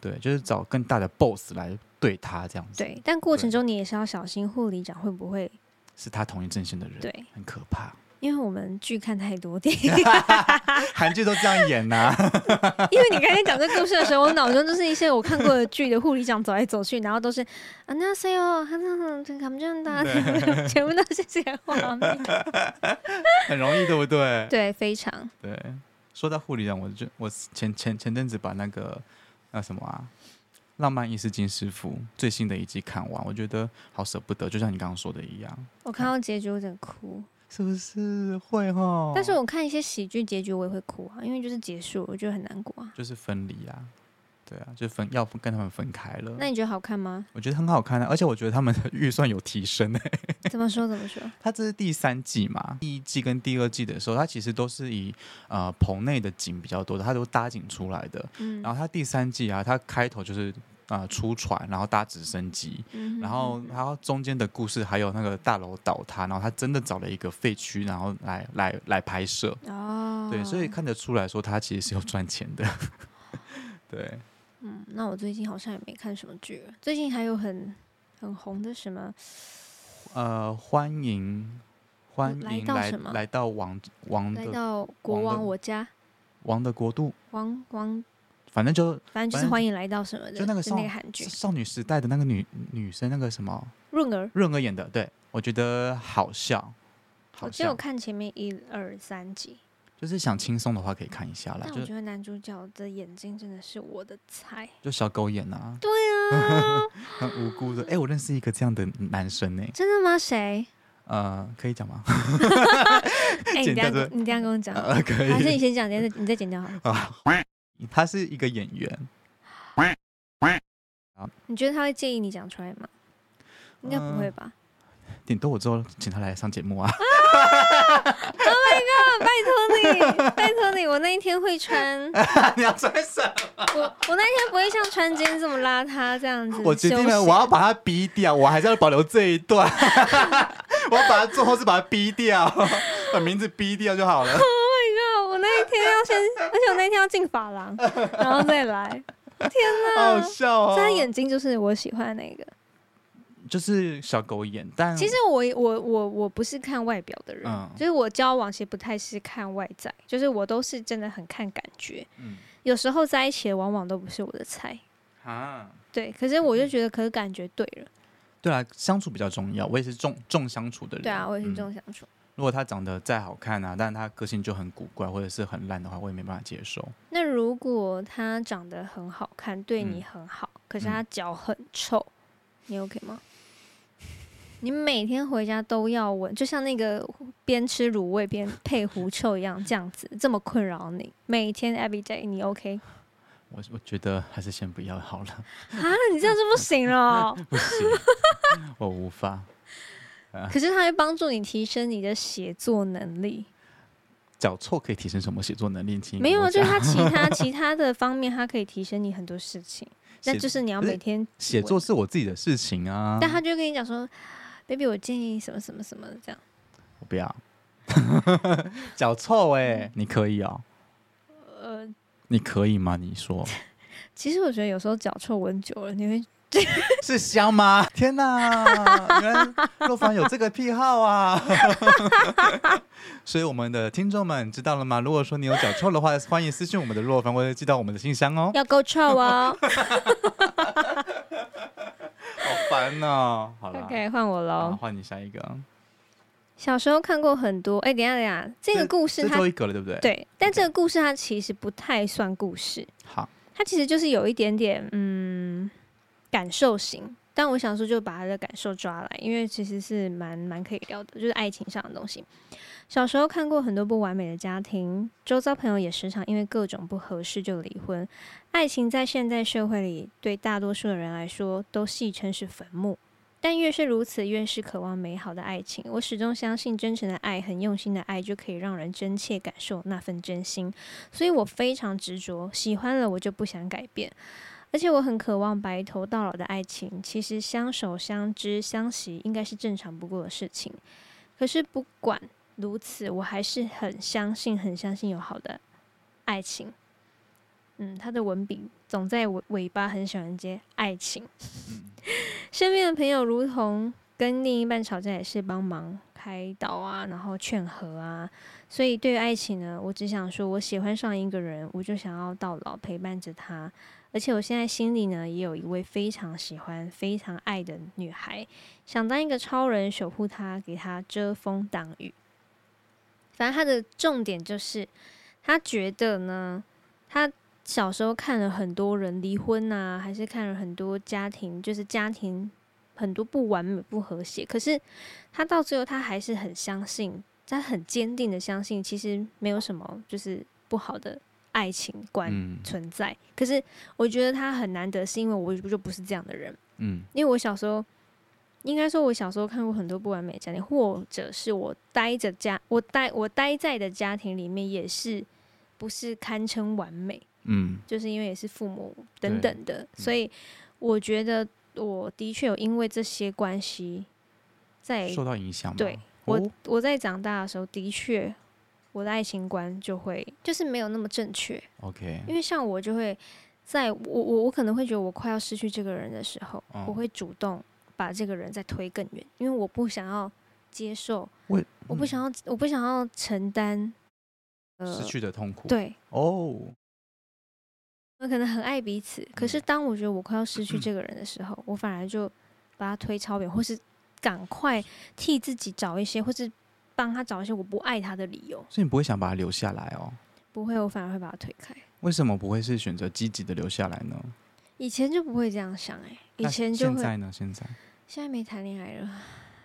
C: 对，就是找更大的 boss 来对他这样子，
B: 对，但过程
C: 对
B: 中你也是要小心护理长会不会
C: 是他同一阵线的人，
B: 对，
C: 很可怕。
B: 因为我们剧看太多电
C: [laughs]
B: 影，
C: 韩剧都这样演呐、 [laughs]
B: 因为你刚才讲这故事的时候，我脑中就是一些我看过的剧的护理长走来走去，然后都是啊那谁哦，他那种他们这样大，全部都是这些画面。
C: 很容易，对不对？
B: 对，非常
C: 对说到护理长，我就我前前前阵子把那个那什么啊，《浪漫医师金师傅》最新的一季看完，我觉得好舍不得，就像你刚刚说的一样，
B: 我看到结局我有点哭。
C: 是不是会哦？
B: 但是我看一些喜剧结局，我也会哭啊，因为就是结束，我觉得很难过啊。
C: 就是分离啊，对啊，就分要跟他们分开了。
B: 那你觉得好看吗？
C: 我觉得很好看啊，而且我觉得他们的预算有提升、欸。 [laughs]
B: 怎么说怎么说？
C: 它这是第三季嘛，第一季跟第二季的时候，它其实都是以呃棚内的景比较多的，它都搭景出来的。
B: 嗯
C: 然后它第三季啊，它开头就是啊出船，然后搭直升机，
B: 嗯哼
C: 然后然后中间的故事还有那个大楼倒塌，然后他真的找了一个废墟，然后来来来拍摄。
B: 哦，
C: 对，所以看得出来说他其实是有赚钱的。 [laughs] 对，
B: 嗯，那我最近好像也没看什么剧了。最近还有很很红的什么？
C: 呃，欢迎欢
B: 来
C: 迎
B: 到
C: 来
B: 什么
C: 来到王王
B: 来
C: 的
B: 到国
C: 王
B: 王
C: 的
B: 我家，
C: 王的国度，
B: 王王，
C: 反正就
B: 反
C: 反
B: 正就是
C: 正
B: 欢迎来到什么的，
C: 就那个
B: 那
C: 少
B: 个韩剧，
C: 少女时代的那个女女生那个什么
B: 润儿。
C: 润儿演的，对我觉得好笑，
B: 我
C: 好
B: 只有
C: 笑，
B: 看前面一二三集，
C: 就是想轻松的话可以看一下啦，
B: 但我
C: 就
B: 觉得男主角的眼睛真的是我的
C: [laughs]
B: 菜。
C: 就小狗眼啊，
B: 对啊，
C: 很无辜的。哎、我认识一个这样的男生呢、
B: [laughs] 真的
C: [laughs]
B: 吗？谁？
C: 呃，可以讲吗？ [laughs]
B: 哎、你
C: 简
B: 等下
C: 单
B: 跟
C: 的
B: 我你等下跟我讲，
C: 呃， [laughs] 可
B: 还是你
C: 以
B: 先讲，等下再你再剪掉好了。
C: 啊，他是一个演员，
B: 你觉得他会介意你讲出来吗？应该不会吧？
C: [laughs] 顶多我之后请他来上节目啊。 [laughs]
B: 拜托你， [laughs] 拜托你，我那一天会穿，
C: 你要穿什么？
B: 我我那一天不会像穿今天这么邋遢这样子。Oh
C: 我决定
B: 休
C: 了，
B: 闲
C: 我要把它逼掉，我还是要保留这一段， [laughs] 我要把它最后是把它逼掉，把名字逼掉就好了。
B: Oh my god！我那一天要先，而且我那一天要进发廊，然后再来。天
C: 好
B: 哪！
C: 笑哦！
B: 所以他眼睛就是我喜欢的那个。
C: 就是小狗眼，但
B: 其实我我我我不是看外表的人，
C: 嗯
B: 就是我交往其实不太是看外在，就是我都是真的很看感觉。
C: 嗯
B: 有时候在一起的往往都不是我的菜，
C: 啊，
B: 对。可是我就觉得，可是感觉对了，
C: 对啊，相处比较重要。我也是重重相处的人。
B: 对啊，我也是这
C: 嗯
B: 种相处。
C: 如果他长得再好看啊，但是他个性就很古怪或者是很烂的话，我也没办法接受。
B: 那如果他长得很好看，对你
C: 嗯
B: 很好，可是
C: 嗯
B: 他脚很臭，你 OK 吗？你每天回家都要闻，就像那个边吃卤味
C: [laughs]
B: 边配狐臭一样，这样子这么困扰你，每天 every day 你
C: [laughs]
B: OK
C: 我我觉得还是先不要好了，
B: 啊？你这样 [laughs] 就不行了。
C: 不行， [laughs] 我无法。
B: [laughs] 可是它会帮助你提升你的写作能力，
C: 脚臭可以提升什么写作能力？请 [laughs] 你
B: 没有
C: 跟
B: 啊？
C: 我
B: 就是
C: 讲
B: 它
C: [laughs]
B: 其他其他的方面，它可以提升你很多事情。那
C: 写
B: 就是你要
C: 不是
B: 每天
C: 写作是我自己的事情啊，
B: 但他就会跟你讲说，baby，我建议什么什么什么的这样。
C: 我不要。 [laughs] 脚臭哎、你可以哦，
B: 呃，
C: 你可以吗？你说，
B: 其实我觉得有时候脚臭闻久了，你会
C: 是香吗？天哪，原来若凡有这个癖好啊！所以我们的听众们知道了吗？如果说你有脚臭的话，欢迎私信我们的若凡，或者寄到我们的信箱哦。
B: 要够
C: [laughs]
B: 臭哦。
C: 好烦哦。好了
B: OK，换我
C: 好
B: 喽。
C: 换你下一个。
B: 小时候看过很多，哎、等一下等一下，这个故事
C: 这
B: 它
C: 最后一个了，对不对？。
B: 对，但这个故事它其实不太算故事，
C: 好，
B: 它其实就是有一点点嗯感受型。但我想说，就把他的感受抓来，因为其实是蛮蛮可以聊的，就是爱情上的东西。小时候看过很多不完美的家庭，周遭朋友也时常因为各种不合适就离婚。爱情在现代社会里，对大多数的人来说，都戏称是坟墓。但越是如此，越是渴望美好的爱情。我始终相信，真诚的爱、很用心的爱，就可以让人真切感受那份真心。所以我非常执着，喜欢了我就不想改变。而且我很渴望白头到老的爱情。其实相守、相知、相惜，应该是正常不过的事情。可是不管如此，我还是很相信，很相信有好的爱情。嗯，他的文笔总在尾尾巴很喜欢接爱情。身边的朋友如同跟另一半吵架也是帮忙开导啊，然后劝和啊。所以对于爱情呢，我只想说，我喜欢上一个人，我就想要到老陪伴着他。而且我现在心里呢，也有一位非常喜欢、非常爱的女孩，想当一个超人，守护她，给她遮风挡雨。反正他的重点就是，他觉得呢，他小时候看了很多人离婚啊，还是看了很多家庭，就是家庭很多不完美、不和谐。可是他到最后，他还是很相信，他很坚定的相信，其实没有什么就是不好的爱情观
C: 嗯
B: 存在。可是我觉得他很难得，是因为我就不是这样的人。
C: 嗯
B: 因为我小时候，应该说我小时候看过很多不完美的家庭，或者是我待着家，我待我待在的家庭里面也是不是堪称完美，
C: 嗯
B: 就是因为也是父母等等的，所以我觉得我的确有因为这些关系在
C: 受到影响吗？
B: 对
C: 哦
B: 我我在长大的时候，的确我的爱情观就会就是没有那么正确，
C: OK，
B: 因为像我就会在我我我可能会觉得我快要失去这个人的时候，
C: 嗯
B: 我会主动把这个人再推更远，因为我不想要接受，
C: 我
B: 我不想要，我不想要承担，呃
C: 嗯失，去的痛苦。
B: 对，
C: 哦，
B: 我可能很爱彼此，可是
C: 嗯
B: 当我觉得我快要失去这个人的时候，我反而就把他推超远，或是赶快替自己找一些，或是帮他找一些我不爱他的理由，
C: 所以你不会想把它留下来哦？
B: 不会，我反而会把他推开。
C: 为什么不会是选择积极的留下来呢？
B: 以前就不会这样想、欸，以
C: 那
B: 前就
C: 现
B: 会，
C: 在呢？现在
B: 现在没谈恋爱了。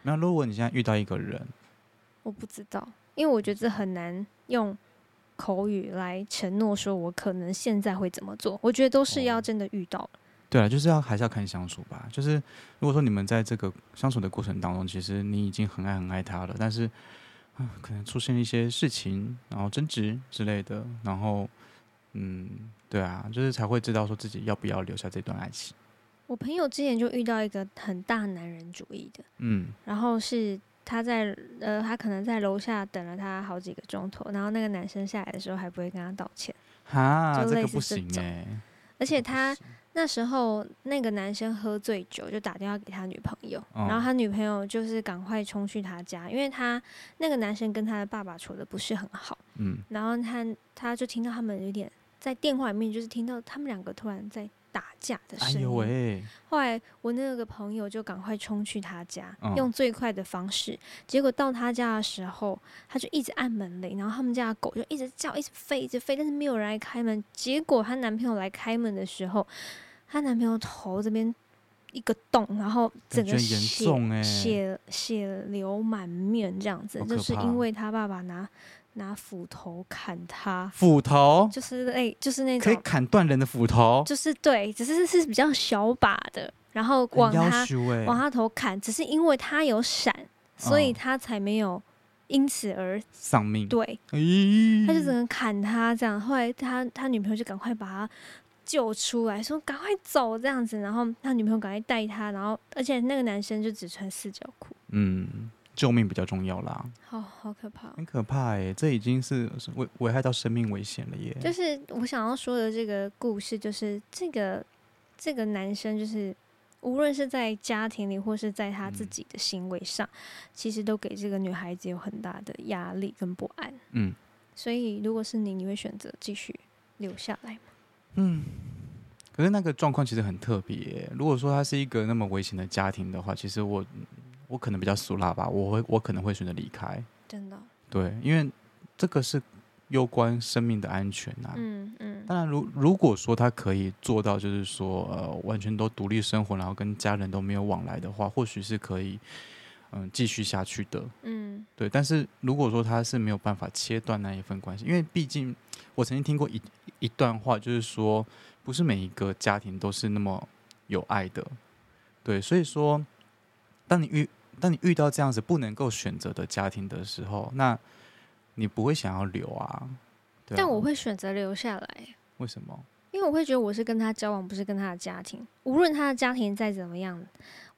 C: 那如果你现在遇到一个人，
B: 我不知道，因为我觉得这很难用口语来承诺说我可能现在会怎么做。我觉得都是要
C: 哦
B: 真的遇到了
C: 对啊，就是要还是要看相处吧。就是如果说你们在这个相处的过程当中，其实你已经很爱很爱他了，但是啊，可能出现一些事情，然后争执之类的，然后嗯，对啊，就是才会知道说自己要不要留下这段爱情。
B: 我朋友之前就遇到一个很大男人主义的，
C: 嗯，
B: 然后是他在呃，他可能在楼下等了他好几个钟头，然后那个男生下来的时候还不会跟他道歉，
C: 哈，
B: 就
C: 这
B: 类
C: 个
B: 似
C: 不
B: 这
C: 行
B: 种
C: 哎、
B: 而
C: 这
B: 且
C: 个不
B: 他
C: 行
B: 那时候那个男生喝醉酒，就打电话给他女朋友，
C: 嗯
B: 然后他女朋友就是赶快冲去他家，因为他那个男生跟他的爸爸处的不是很好。
C: 嗯
B: 然后他他就听到他们有点在电话里面，就是听到他们两个突然在打架的
C: 哎
B: 声
C: 呦
B: 音。
C: 喂，
B: 后来我那个朋友就赶快冲去他家，
C: 嗯
B: 用最快的方式。结果到他家的时候，他就一直按门铃，然后他们家的狗就一直叫，一直吠，一直吠，但是没有人来开门。结果她男朋友来开门的时候，她男朋友头这边。一个洞，然后
C: 感
B: 整
C: 觉
B: 个
C: 很严
B: 血
C: 重哎、
B: 血血流满面这样子
C: 好，可
B: 就是
C: 怕哦
B: 因为他爸爸拿拿斧头砍他，
C: 斧头
B: 就是类就是那
C: 可以
B: 种，
C: 砍断人的斧头，
B: 就是对，只是是比较小把的，然后
C: 很
B: 往
C: 要
B: 他
C: 求哎、
B: 往他头砍，只是因为他有闪，所以
C: 哦
B: 他才没有因此而
C: 丧命。
B: 对，
C: 咦，
B: 他就只能砍他这样。后来他他女朋友就赶快把他救出来，说赶快走这样子，然后他女朋友赶快带他，然后而且那个男生就只穿四角裤，
C: 嗯，救命比较重要啦，
B: 好好可怕哦、
C: 很可怕哎、这已经是是危危害到生命危险了耶。
B: 就是我想要说的这个故事，就是这个这个男生就是无论是在家庭里，或是在他自己的行为上，其实都给这个女孩子有很大的压力跟不安。
C: 嗯
B: 所以，如果是你，你会选择继续留下来吗？
C: 嗯。可是那个状况其实很特别。如果说他是一个那么危险的家庭的话，其实我我可能比较俗辣吧，我会我可能会选择离开。
B: 真的，
C: 对，因为这个是攸关生命的安全呐、
B: 嗯嗯
C: 当然如，如果说他可以做到，就是说呃，完全都独立生活，然后跟家人都没有往来的话，或许是可以嗯继续下去的。
B: 嗯
C: 对，但是如果说他是没有办法切断那一份关系，因为毕竟我曾经听过一一段话，就是说不是每一个家庭都是那么有爱的，对，所以说当你遇当你遇到这样子不能够选择的家庭的时候，那你不会想要留啊，对啊
B: 但我会选择留下来，
C: 为什么？
B: 因为我会觉得我是跟他交往，不是跟他的家庭。无论他的家庭再怎么样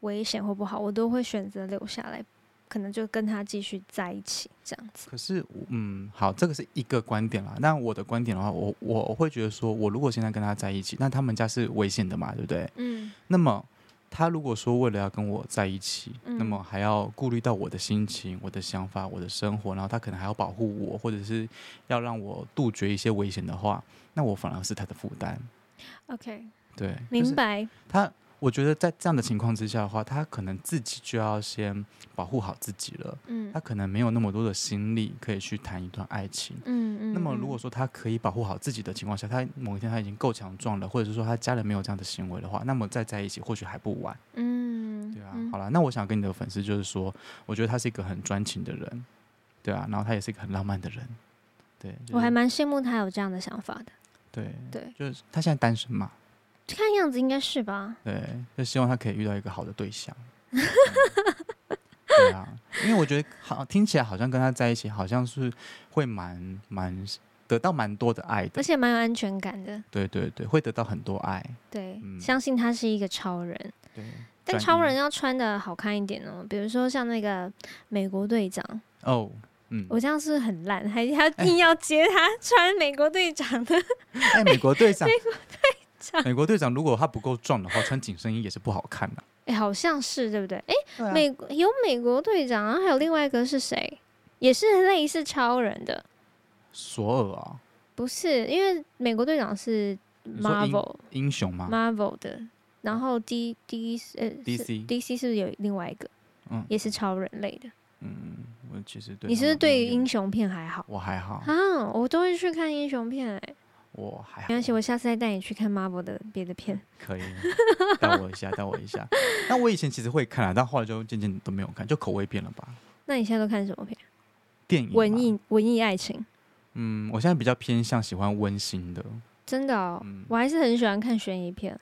B: 危险或不好，我都会选择留下来，可能就跟他继续在一起这样子。
C: 可是我，嗯，好，这个是一个观点啦。那我的观点的话，我我我会觉得说，我如果现在跟他在一起，那他们家是危险的嘛，对不对？
B: 嗯
C: 那么他如果说为了要跟我在一起，
B: 嗯
C: 那么还要顾虑到我的心情、我的想法、我的生活，然后他可能还要保护我，或者是要让我杜绝一些危险的话，那我反而是他的负担。
B: ，OK，
C: 对，
B: 明
C: 就是
B: 白。
C: 他，我觉得在这样的情况之下的话，他可能自己就要先保护好自己了。
B: 嗯
C: 他可能没有那么多的心力可以去谈一段爱情。
B: 嗯嗯。
C: 那么，如
B: 嗯
C: 果说他可以保护好自己的情况下，他某一天他已经够强壮了，或者是说他家人没有这样的行为的话，那么再在一起或许还不晚。
B: 嗯，
C: 对啊，
B: 嗯
C: 好啦，那我想跟你的粉丝就是说，我觉得他是一个很专情的人，对啊，然后他也是一个很浪漫的人，对，就是
B: 我还蛮羡慕他有这样的想法的。
C: 对，
B: 对，
C: 就是他现在单身嘛，
B: 看样子应该是吧。
C: 对，就希望他可以遇到一个好的对
B: [laughs]
C: 象。嗯对啊，因为我觉得好听起来好像跟他在一起，好像是会蛮蛮得到蛮多的爱
B: 而
C: 的，
B: 且蛮有安全感的。
C: 对对对，会得到很多爱，
B: 对，
C: 嗯
B: 相信他是一个超人，
C: 对。
B: 但
C: 专
B: 超
C: 一
B: 人要穿的好看一点哦，比如说像那个美国队长，
C: 哦，嗯，
B: 我这样是不是很烂，还还要硬要接他穿美国队长的， [laughs]
C: 哎，美国队长，美国队长，美国队长，如果他不够壮的话，穿紧身衣也是不好看的。
B: 哎、好像是对不对？哎、
C: 对啊
B: 美国有美国队长，然后还有另外一个是谁？也是类似超人的，
C: 索尔啊，
B: 不是？因为美国队长是
C: 你说英啊
B: Marvel
C: 英雄吗
B: Marvel 的，然后 D D 呃是
C: DC
B: DC 是不是有另外一个
C: 嗯
B: 也是超人类的？
C: 嗯，我其实对
B: 你
C: 他
B: 是
C: 们没
B: 不是
C: 有
B: 对于
C: 研
B: 英雄片还好？
C: 我还好，
B: 啊，我都会去看英雄片哎、
C: 我还好，
B: 没关系，我下次再带你去看 Marvel 的别的片。
C: 可以带我一下，带我一
B: [laughs]
C: 下。那我以前其实会看啊，但后来就渐渐都没有看，就口味变了吧。
B: 那你现在都看什么片？
C: 电影
B: 文
C: 嘛，
B: 艺文艺爱情，
C: 嗯，我现在比较偏向喜欢温馨的，
B: 真的哦，
C: 嗯，
B: 我还是很喜欢看悬疑片。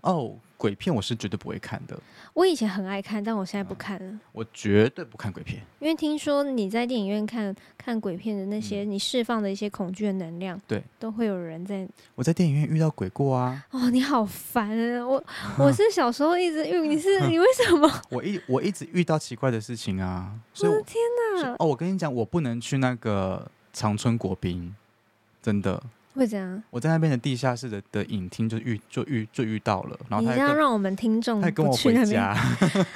C: 哦，鬼片我是绝对不会看的，
B: 我以前很爱看，但我现在
C: 嗯
B: 不看了，
C: 我绝对不看鬼片。
B: 因为听说你在电影院看看鬼片的那些，你释放的一些恐惧的能量，
C: 嗯对，
B: 都会有人在。
C: 我在电影院遇到鬼过啊，
B: 哦，你好烦啊！
C: [laughs]
B: 我我是小时候一直遇你是你为什么？
C: 我一我一直遇到奇怪的事情啊，所以
B: 我的
C: 我
B: 天
C: 所以
B: 哪，
C: 哦，我跟你讲，我不能去那个长春国宾，真的。
B: 会怎样？
C: 我在那边的地下室的的影厅就遇就遇就遇到了，然后
B: 你
C: 他还
B: 这样
C: 跟
B: 让我们听众
C: 他还跟
B: 不
C: 我
B: 去
C: 回
B: 那边。
C: 家， [laughs]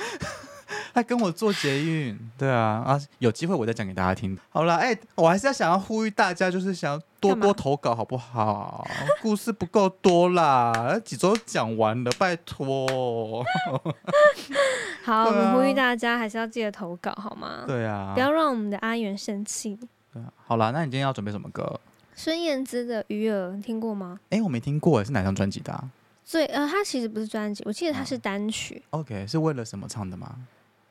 C: 他跟我坐捷运，对啊啊，有机会我再讲给大家听。好了，哎、我还是要想要呼吁大家，就是想要多
B: 干嘛
C: 多投稿好不好？故事不够多啦，几周讲完了，拜
B: [laughs]
C: 托。 [laughs]
B: 好，我
C: 对
B: 们
C: 啊
B: 呼吁大家还是要记得投稿好吗？
C: 对啊
B: 不，要让我们的阿元生气。
C: 对啊好啦，那你今天要准备什么歌？
B: 孙燕姿的《鱼饵》你听过吗？
C: 哎、我没听过，是哪张专辑的、啊、
B: 最呃，它其实不是专辑，我记得它是
C: 嗯
B: 单曲，
C: ？OK，是为了什么唱的吗？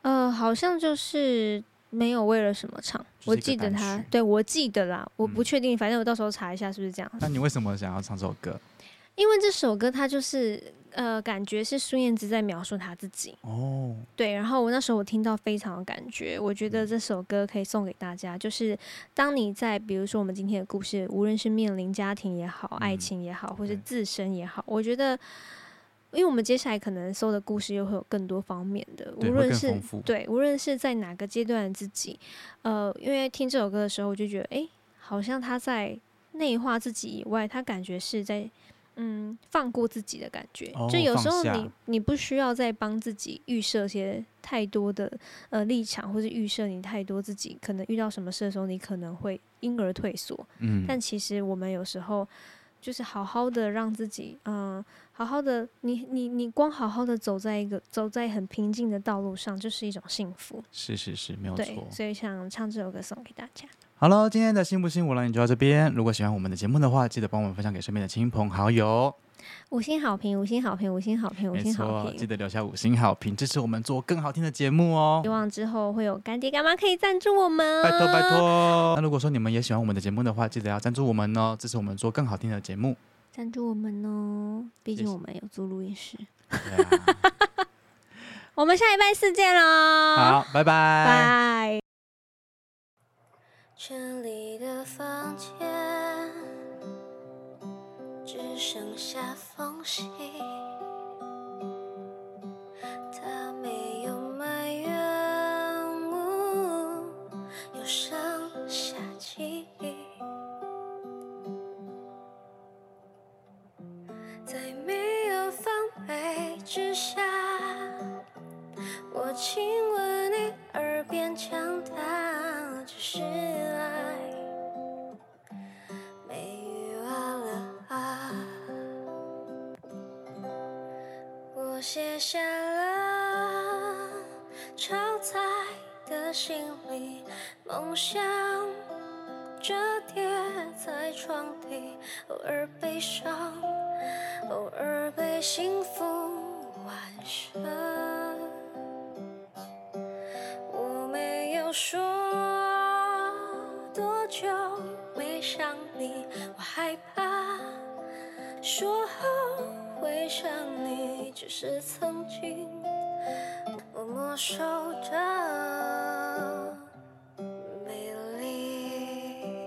B: 呃，好像就是没有为了什么唱，
C: 就是
B: 我
C: 一个
B: 记得它
C: 单曲，
B: 对我记得啦，我不
C: 嗯
B: 确定，反正我到时候查一下是不是这样。
C: 那你为什么想要唱这首歌？
B: 因为这首歌它就是呃，感觉是孙燕姿在描述她自己，
C: 哦，
B: 对，然后我那时候我听到非常有感觉，我觉得这首歌可以送给大家，就是当你在比如说我们今天的故事，无论是面临家庭也好、爱
C: 嗯
B: 情也好，或是
C: 对
B: 自身也好，我觉得，因为我们接下来可能搜的故事又会有更多方面的，无
C: 对会
B: 论
C: 更
B: 是
C: 丰富
B: 对，无论是在哪个阶段的自己，呃，因为听这首歌的时候，我就觉得，诶，好像他在内化自己以外，他感觉是在嗯放过自己的感觉。
C: 哦
B: 就有时候
C: 放下
B: 你你不需要再帮自己预设些太多的呃立场，或是预设你太多自己可能遇到什么事的时候，你可能会因而退缩。
C: 嗯，
B: 但其实我们有时候就是好好的让自己，嗯、好好的，你你你光好好的走在一个走在很平静的道路上，就是一种幸福。
C: 是是是，没有
B: 对
C: 错，。
B: 所以想唱这首歌送给大家。
C: 好了，今天的信不信我让你就到这边。如果喜欢我们的节目的话，记得帮我们分享给身边的亲朋好友。
B: 五星好评，五星好评，五星好评，五
C: 没
B: 星好
C: 错，记
B: 评。
C: 得留下五星好评，支持我们做更好听的节目哦
B: 希。望之后会有干爹干妈可以赞助我们，哦
C: 拜托拜。托！那如果说你们也喜欢我们的节目的话，记得要赞助我们哦，支持我们做更好听的节
B: [laughs]
C: 目。
B: 赞助我们哦，毕
C: 谢
B: 竟
C: 谢
B: 我们有租录音室。
C: 对啊
B: 我们下礼拜四见喽，，
C: 好，拜拜
B: 拜。
A: 这里的房间只剩下缝隙，他没有埋怨我，又剩下记忆，在没有防备之下，我亲吻你耳边长大，只是爱没余完了啊！我写下了超载的行李，梦想折叠在床底，偶尔悲伤，偶尔被幸福完胜。我没有说多久没想你，我害怕说后会想你，只是曾经我没收着美丽。